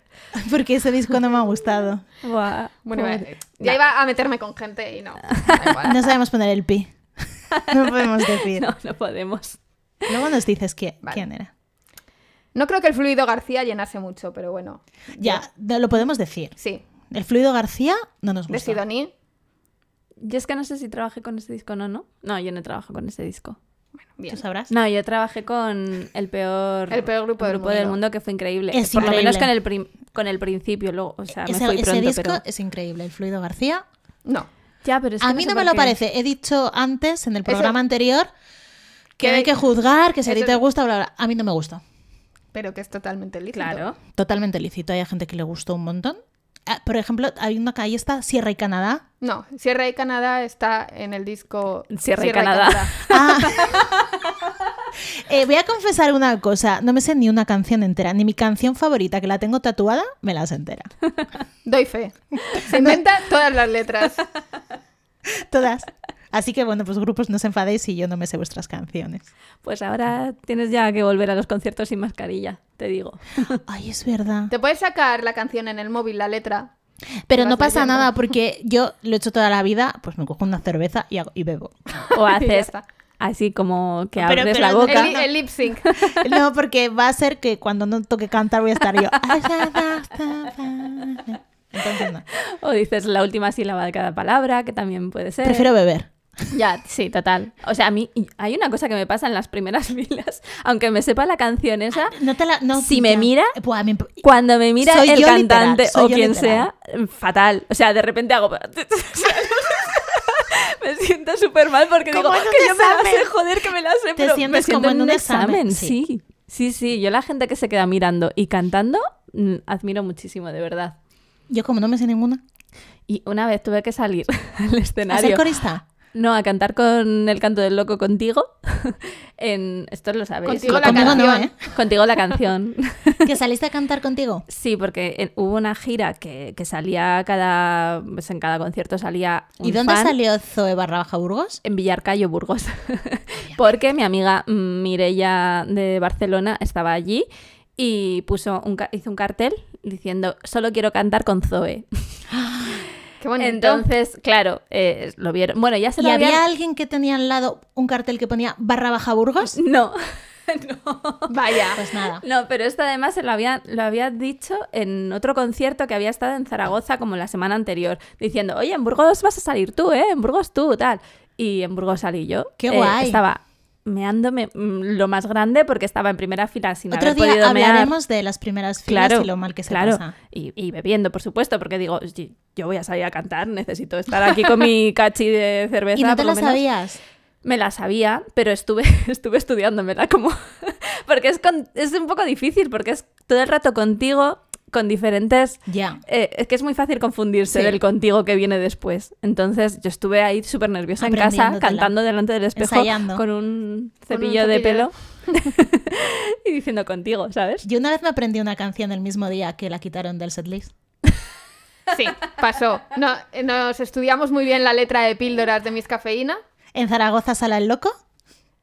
[SPEAKER 3] Porque ese disco no me ha gustado.
[SPEAKER 4] Buah,
[SPEAKER 2] Bueno,
[SPEAKER 4] pobre.
[SPEAKER 2] eh, ya iba a meterme con gente y no. da igual.
[SPEAKER 3] No sabemos poner el pi. No podemos decir.
[SPEAKER 4] No, no podemos.
[SPEAKER 3] Luego nos dices quién,
[SPEAKER 2] Vale.
[SPEAKER 3] quién era.
[SPEAKER 2] No creo que el fluido García llenase mucho, pero bueno.
[SPEAKER 3] Ya, no lo podemos decir.
[SPEAKER 2] Sí,
[SPEAKER 3] El fluido García no nos
[SPEAKER 2] de
[SPEAKER 3] gusta.
[SPEAKER 2] Sidoní.
[SPEAKER 4] Yo es que no sé si trabajé con ese disco o no, ¿no? No, yo no trabajo con ese disco.
[SPEAKER 2] Bien.
[SPEAKER 3] Tú sabrás.
[SPEAKER 4] No, yo trabajé con el peor,
[SPEAKER 2] El peor grupo del
[SPEAKER 4] del
[SPEAKER 2] mundo.
[SPEAKER 4] mundo, que fue increíble.
[SPEAKER 3] Es
[SPEAKER 4] Por lo menos
[SPEAKER 3] increíble.
[SPEAKER 4] con el, prim- con el principio, luego, o sea,
[SPEAKER 3] ese
[SPEAKER 4] me fui
[SPEAKER 3] ese
[SPEAKER 4] pronto,
[SPEAKER 3] disco
[SPEAKER 4] pero...
[SPEAKER 3] es increíble. El fluido García
[SPEAKER 2] No.
[SPEAKER 4] Ya, pero es que
[SPEAKER 3] A mí
[SPEAKER 4] sé
[SPEAKER 3] no me
[SPEAKER 4] por
[SPEAKER 3] lo
[SPEAKER 4] qué.
[SPEAKER 3] parece. He dicho antes, en el programa anterior, que
[SPEAKER 2] Que-
[SPEAKER 3] hay que juzgar, que si a ti
[SPEAKER 2] Eso-
[SPEAKER 3] te gusta, bla, bla. A mí no me gusta.
[SPEAKER 2] Pero que es totalmente lícito.
[SPEAKER 4] Claro.
[SPEAKER 3] Totalmente lícito. Hay gente que le gustó un montón. Ah, Por ejemplo, hay una calle está Sierra y Canadá.
[SPEAKER 2] No, Sierra y Canadá está en el disco
[SPEAKER 4] Sierra y Canadá.
[SPEAKER 3] Ah. Eh, voy a confesar una cosa. No me sé ni una canción entera. Ni mi canción favorita, que la tengo tatuada, me la sé entera.
[SPEAKER 2] Doy fe. Se inventa todas las letras.
[SPEAKER 3] Todas. Así que bueno, pues grupos, no os enfadéis si yo no me sé vuestras canciones.
[SPEAKER 4] Pues ahora tienes ya que volver a los conciertos sin mascarilla, te digo.
[SPEAKER 3] Ay, es verdad.
[SPEAKER 2] Te puedes sacar la canción en el móvil, la letra.
[SPEAKER 3] Pero
[SPEAKER 2] Vas
[SPEAKER 3] no pasa
[SPEAKER 2] leyendo.
[SPEAKER 3] nada porque yo lo he hecho toda la vida, pues me cojo una cerveza y, hago- y bebo.
[SPEAKER 4] O
[SPEAKER 2] Ya
[SPEAKER 4] haces
[SPEAKER 2] está.
[SPEAKER 4] así como que
[SPEAKER 3] Pero-
[SPEAKER 4] abres
[SPEAKER 3] pero
[SPEAKER 4] la
[SPEAKER 3] el-
[SPEAKER 4] boca.
[SPEAKER 2] El, li- el lip sync.
[SPEAKER 3] No, porque va a ser que cuando no toque cantar voy a estar yo. Entonces no.
[SPEAKER 4] O dices la última sílaba de cada palabra, que también puede ser.
[SPEAKER 3] Prefiero beber.
[SPEAKER 4] Ya, sí, total. O sea, a mí hay una cosa que me pasa en las primeras filas, aunque me sepa la canción esa,
[SPEAKER 3] No te la- no,
[SPEAKER 4] Si
[SPEAKER 3] ya.
[SPEAKER 4] me mira,
[SPEAKER 3] Pues a mí-
[SPEAKER 4] cuando me mira
[SPEAKER 3] Soy
[SPEAKER 4] el
[SPEAKER 3] yo
[SPEAKER 4] cantante
[SPEAKER 3] literal, soy
[SPEAKER 4] o
[SPEAKER 3] yo
[SPEAKER 4] quien
[SPEAKER 3] literal.
[SPEAKER 4] sea, fatal. O sea, de repente hago... o sea, me siento súper mal porque
[SPEAKER 3] Como
[SPEAKER 4] digo,
[SPEAKER 3] en un
[SPEAKER 4] que yo me la
[SPEAKER 3] examen".
[SPEAKER 4] sé, joder, que me la sé,
[SPEAKER 3] Te
[SPEAKER 4] pero me
[SPEAKER 3] sientes
[SPEAKER 4] siento
[SPEAKER 3] como en un examen,
[SPEAKER 4] sí. sí. Sí, yo la gente que se queda mirando y cantando, mm, admiro muchísimo, de verdad.
[SPEAKER 3] Yo como no me sé ninguna.
[SPEAKER 4] Y una vez tuve que salir al
[SPEAKER 3] ¿A ser
[SPEAKER 4] escenario.
[SPEAKER 3] corista?
[SPEAKER 4] No, a cantar con el canto del loco contigo. en... Esto lo sabéis.
[SPEAKER 2] Contigo
[SPEAKER 4] lo
[SPEAKER 2] la
[SPEAKER 4] comentamos.
[SPEAKER 2] canción.
[SPEAKER 3] no, ¿eh?
[SPEAKER 4] Contigo la canción.
[SPEAKER 3] ¿Que saliste a cantar contigo?
[SPEAKER 4] Sí, porque en- hubo una gira que, que salía cada. pues, en cada concierto salía. Un
[SPEAKER 3] ¿Y dónde
[SPEAKER 4] fan
[SPEAKER 3] salió Zoe barra baja Burgos?
[SPEAKER 4] En Villarcayo, Burgos. porque mi amiga mm, Mireia de Barcelona estaba allí y puso un, ca- hizo un cartel diciendo: Solo quiero cantar con Zoe.
[SPEAKER 2] Qué bonito.
[SPEAKER 4] Entonces, claro, eh, lo vieron. Bueno, ya se
[SPEAKER 3] ¿Y
[SPEAKER 4] lo habían-
[SPEAKER 3] había alguien que tenía al lado un cartel que ponía barra baja Burgos?
[SPEAKER 4] No.
[SPEAKER 2] Vaya.
[SPEAKER 3] Pues nada.
[SPEAKER 4] No, pero esto además se lo había, lo había dicho en otro concierto que había estado en Zaragoza como la semana anterior, diciendo, oye, en Burgos vas a salir tú, ¿eh? En Burgos tú, tal. Y en Burgos salí yo.
[SPEAKER 3] ¡Qué
[SPEAKER 4] Eh,
[SPEAKER 3] guay!
[SPEAKER 4] estaba meándome mm, lo más grande porque estaba en primera fila sin
[SPEAKER 3] Otro
[SPEAKER 4] haber
[SPEAKER 3] día
[SPEAKER 4] podido mear.
[SPEAKER 3] hablaremos de las primeras filas
[SPEAKER 4] Claro,
[SPEAKER 3] y lo mal que se
[SPEAKER 4] claro.
[SPEAKER 3] pasa.
[SPEAKER 4] Y, y bebiendo, por supuesto, porque digo, "Oye, yo voy a salir a cantar, necesito estar aquí con mi cachi de cerveza.
[SPEAKER 3] ¿Y no te
[SPEAKER 4] por
[SPEAKER 3] lo
[SPEAKER 4] lo menos".
[SPEAKER 3] sabías?
[SPEAKER 4] Me la sabía, pero estuve, estuve estudiándomela como... porque es, con- es un poco difícil, porque es todo el rato contigo, con diferentes...
[SPEAKER 3] Ya.
[SPEAKER 4] eh, es que es muy fácil confundirse
[SPEAKER 3] Sí.
[SPEAKER 4] del contigo que viene después. Entonces yo estuve ahí súper nerviosa en casa,
[SPEAKER 3] Aprendiéndotela.
[SPEAKER 4] cantando delante del espejo
[SPEAKER 3] Ensayando.
[SPEAKER 4] con un
[SPEAKER 2] Con un
[SPEAKER 4] cepillo de
[SPEAKER 2] cepillo.
[SPEAKER 4] pelo y diciendo contigo, ¿sabes?
[SPEAKER 3] Yo una vez me aprendí una canción el mismo día que la quitaron del setlist.
[SPEAKER 2] Sí, pasó. No, eh, nos estudiamos muy bien la letra de píldoras de mis cafeína
[SPEAKER 3] En Zaragoza Sala el Loco.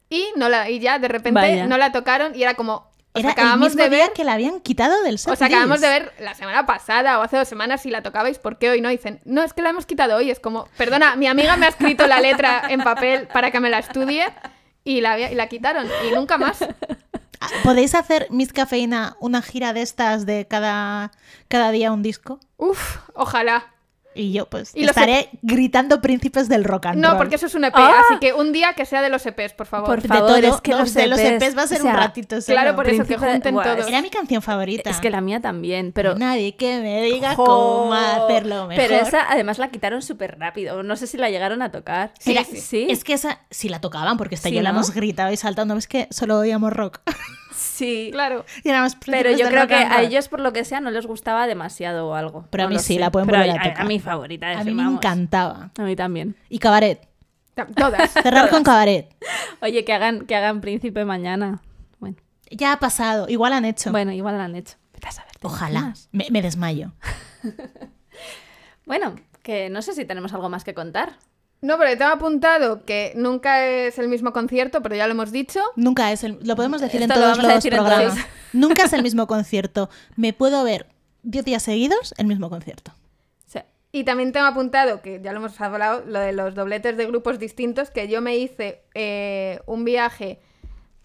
[SPEAKER 2] y, no la, y ya de repente
[SPEAKER 4] Vaya.
[SPEAKER 2] no la tocaron y era como... Os
[SPEAKER 3] Era el
[SPEAKER 2] acabamos
[SPEAKER 3] mismo
[SPEAKER 2] de
[SPEAKER 3] día
[SPEAKER 2] ver
[SPEAKER 3] que la habían quitado del
[SPEAKER 2] Os
[SPEAKER 3] setlist.
[SPEAKER 2] acabamos de ver la semana pasada o hace dos semanas si la tocabais, ¿por qué hoy no? Dicen, no, es que la hemos quitado hoy. Es como, perdona, mi amiga me ha escrito la letra en papel para que me la estudie y la, había- y la quitaron y nunca más.
[SPEAKER 3] Ah, ¿Podéis hacer Miss Cafeína una gira de estas de cada, cada día un disco?
[SPEAKER 2] Uf, ojalá.
[SPEAKER 3] Y yo pues
[SPEAKER 2] Y los
[SPEAKER 3] estaré
[SPEAKER 4] e-
[SPEAKER 3] gritando príncipes del rock and
[SPEAKER 2] No,
[SPEAKER 3] roll.
[SPEAKER 2] porque eso es un EP,
[SPEAKER 4] ¡Ah!
[SPEAKER 2] así que un día que sea de los EPs, por favor.
[SPEAKER 4] Por
[SPEAKER 3] de
[SPEAKER 4] favor,
[SPEAKER 3] todo,
[SPEAKER 4] es que
[SPEAKER 3] no,
[SPEAKER 4] los
[SPEAKER 3] de los
[SPEAKER 4] EPs,
[SPEAKER 3] EPs va a ser
[SPEAKER 4] o sea,
[SPEAKER 3] un ratito solo.
[SPEAKER 2] claro, por eso que
[SPEAKER 4] Príncipe-
[SPEAKER 2] junten
[SPEAKER 4] Buah,
[SPEAKER 2] todos.
[SPEAKER 3] Era mi canción favorita.
[SPEAKER 4] Es que la mía también, pero...
[SPEAKER 3] Nadie que me diga
[SPEAKER 4] ¡Jo!
[SPEAKER 3] cómo hacerlo mejor.
[SPEAKER 4] Pero esa además la quitaron súper rápido. No sé si la llegaron a tocar.
[SPEAKER 3] Era-
[SPEAKER 4] sí.
[SPEAKER 3] Es que esa, si la tocaban, porque esta
[SPEAKER 4] Sí,
[SPEAKER 3] yo la
[SPEAKER 4] ¿no?
[SPEAKER 3] hemos gritado y saltando, es que solo odiamos rock.
[SPEAKER 4] Sí.
[SPEAKER 2] Claro.
[SPEAKER 3] y éramos
[SPEAKER 4] Pero
[SPEAKER 3] príncipes
[SPEAKER 4] yo
[SPEAKER 3] del
[SPEAKER 4] creo
[SPEAKER 3] rock
[SPEAKER 4] que
[SPEAKER 3] and
[SPEAKER 4] a
[SPEAKER 3] roll.
[SPEAKER 4] ellos, por lo que sea, no les gustaba demasiado o algo.
[SPEAKER 3] Pero a
[SPEAKER 4] No
[SPEAKER 3] mí
[SPEAKER 4] lo
[SPEAKER 3] sí,
[SPEAKER 4] sé.
[SPEAKER 3] la pueden
[SPEAKER 4] Pero
[SPEAKER 3] volver a
[SPEAKER 4] a,
[SPEAKER 3] tocar.
[SPEAKER 4] A, mi favorita. es,
[SPEAKER 3] A mí me
[SPEAKER 4] vamos.
[SPEAKER 3] encantaba.
[SPEAKER 4] A mí también.
[SPEAKER 3] Y cabaret.
[SPEAKER 2] Tam- Todas.
[SPEAKER 3] Cerrar con cabaret.
[SPEAKER 4] Oye, que hagan, que hagan Príncipe mañana. Bueno,
[SPEAKER 3] Ya ha pasado, igual han hecho.
[SPEAKER 4] bueno igual lo han hecho. Vete a saber, ¿te
[SPEAKER 3] Ojalá.
[SPEAKER 4] imaginas?
[SPEAKER 3] Me, me desmayo.
[SPEAKER 4] Bueno, que no sé si tenemos algo más que contar.
[SPEAKER 2] No, pero te he apuntado que nunca es el mismo concierto, pero ya lo hemos dicho.
[SPEAKER 3] Nunca es el. Lo podemos decir
[SPEAKER 4] Esto
[SPEAKER 3] en
[SPEAKER 4] lo
[SPEAKER 3] todos
[SPEAKER 4] vamos a
[SPEAKER 3] los
[SPEAKER 4] decir en
[SPEAKER 3] programas.
[SPEAKER 4] todos.
[SPEAKER 3] Nunca es el mismo concierto. Me puedo ver 10 días seguidos el mismo concierto.
[SPEAKER 4] O sea,
[SPEAKER 2] Y también tengo apuntado, que ya lo hemos hablado, lo de los dobletes de grupos distintos, que yo me hice eh, un viaje.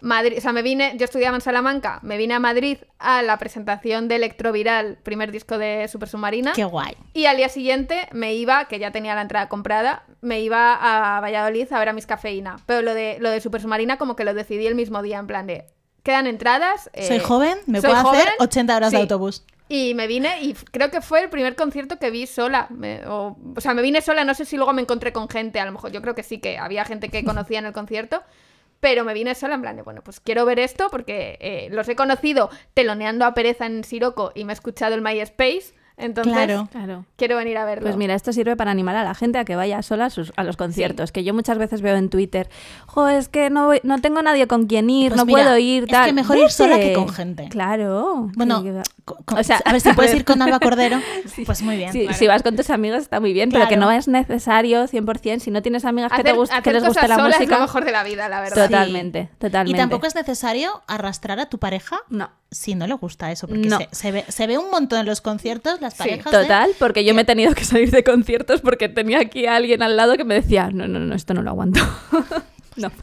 [SPEAKER 2] Madrid, o sea, me vine, yo estudiaba en Salamanca, me vine a Madrid a la presentación de Electroviral, primer disco de Super
[SPEAKER 4] ¿Ah?
[SPEAKER 2] Submarina.
[SPEAKER 3] Qué guay.
[SPEAKER 2] Y al día siguiente me iba, que ya tenía la entrada comprada, me iba a Valladolid a ver a mis cafeína. Pero lo de, lo de Super Submarina como que lo decidí el mismo día, en plan de, quedan entradas. eh,
[SPEAKER 3] soy joven, me
[SPEAKER 2] soy
[SPEAKER 3] puedo hacer
[SPEAKER 2] joven,
[SPEAKER 3] 80 horas de
[SPEAKER 2] sí.
[SPEAKER 3] autobús.
[SPEAKER 2] Y me vine y f- creo que fue el primer concierto que vi sola. Me- o, o sea, me vine sola, no sé si luego me encontré con gente, a lo mejor yo creo que sí, que había gente que conocía en el concierto, pero me vine sola en plan de, bueno, pues quiero ver esto porque eh, los he conocido teloneando a Pereza en Siroco y me he escuchado el MySpace, entonces
[SPEAKER 3] Claro.
[SPEAKER 4] claro.
[SPEAKER 2] quiero venir a verlo.
[SPEAKER 4] Pues mira, esto sirve para animar a la gente a que vaya sola a, sus- a los conciertos, que yo muchas veces veo en Twitter, jo, es que no, voy- no tengo nadie con quien ir,
[SPEAKER 3] Pues
[SPEAKER 4] no
[SPEAKER 3] mira,
[SPEAKER 4] puedo ir,
[SPEAKER 3] es
[SPEAKER 4] tal.
[SPEAKER 3] que mejor ir sola que con gente.
[SPEAKER 4] Claro.
[SPEAKER 3] Bueno,
[SPEAKER 4] Sí,
[SPEAKER 3] co- co-
[SPEAKER 4] o sea,
[SPEAKER 3] a ver si
[SPEAKER 4] a
[SPEAKER 3] puedes
[SPEAKER 4] ver.
[SPEAKER 3] ir con Alba Cordero. Pues muy bien.
[SPEAKER 4] sí, si vas con tus amigos está muy bien, pero que
[SPEAKER 3] Claro.
[SPEAKER 4] no es necesario 100%, si no tienes amigas que,
[SPEAKER 2] Hacer-
[SPEAKER 4] te gust- que
[SPEAKER 2] hacer
[SPEAKER 4] les guste
[SPEAKER 2] cosas
[SPEAKER 4] la
[SPEAKER 2] sola
[SPEAKER 4] música.
[SPEAKER 2] es lo mejor de la vida, la verdad.
[SPEAKER 4] Totalmente, totalmente.
[SPEAKER 3] Y tampoco es necesario arrastrar a tu pareja
[SPEAKER 4] No.
[SPEAKER 3] si no le gusta eso, porque
[SPEAKER 4] No.
[SPEAKER 3] se, se ve, se ve un montón en los conciertos las
[SPEAKER 2] Sí,
[SPEAKER 3] parejas. ¿eh? de-
[SPEAKER 4] Total, porque yo me he tenido que salir de conciertos porque tenía aquí a alguien al lado que me decía, no, no, no, esto no lo aguanto. no.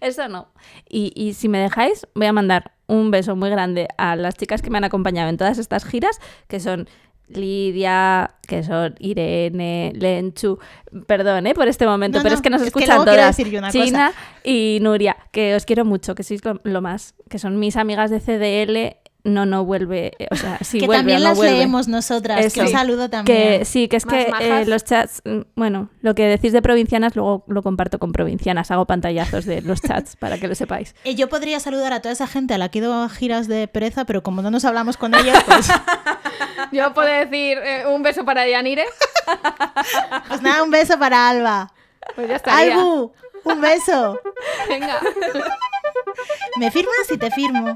[SPEAKER 4] Eso no. Y, y si me dejáis, voy a mandar un beso muy grande a las chicas que me han acompañado en todas estas giras, que son Lidia, que son Irene, Lenchu, perdón ¿eh? por este momento,
[SPEAKER 3] No,
[SPEAKER 4] pero
[SPEAKER 3] no,
[SPEAKER 4] es que nos
[SPEAKER 3] es que
[SPEAKER 4] escuchan
[SPEAKER 3] luego quiero
[SPEAKER 4] todas.
[SPEAKER 3] decir yo una
[SPEAKER 4] China y Nuria, que os quiero mucho, que sois lo, lo más, que son mis amigas de CDL. No, no vuelve, eh, o sea, si
[SPEAKER 3] que
[SPEAKER 4] vuelve
[SPEAKER 3] también
[SPEAKER 4] o no
[SPEAKER 3] las
[SPEAKER 4] vuelve.
[SPEAKER 3] leemos nosotras,
[SPEAKER 4] Eso.
[SPEAKER 3] que un saludo también.
[SPEAKER 4] Que, sí, que es
[SPEAKER 2] Más
[SPEAKER 4] que eh,
[SPEAKER 2] majas.
[SPEAKER 4] los chats, mm, bueno, lo que decís de provincianas luego lo comparto con provincianas, hago pantallazos de los chats para que lo sepáis.
[SPEAKER 3] Eh, Yo podría saludar a toda esa gente a la que he ido a giras de pereza, pero como no nos hablamos con ellos, pues,
[SPEAKER 2] Yo puedo decir eh, un beso para Yanire,
[SPEAKER 3] pues nada, un beso para Alba.
[SPEAKER 2] pues ya estaría.
[SPEAKER 3] Albu, un beso.
[SPEAKER 2] Venga.
[SPEAKER 3] ¿Me firmas y te firmo?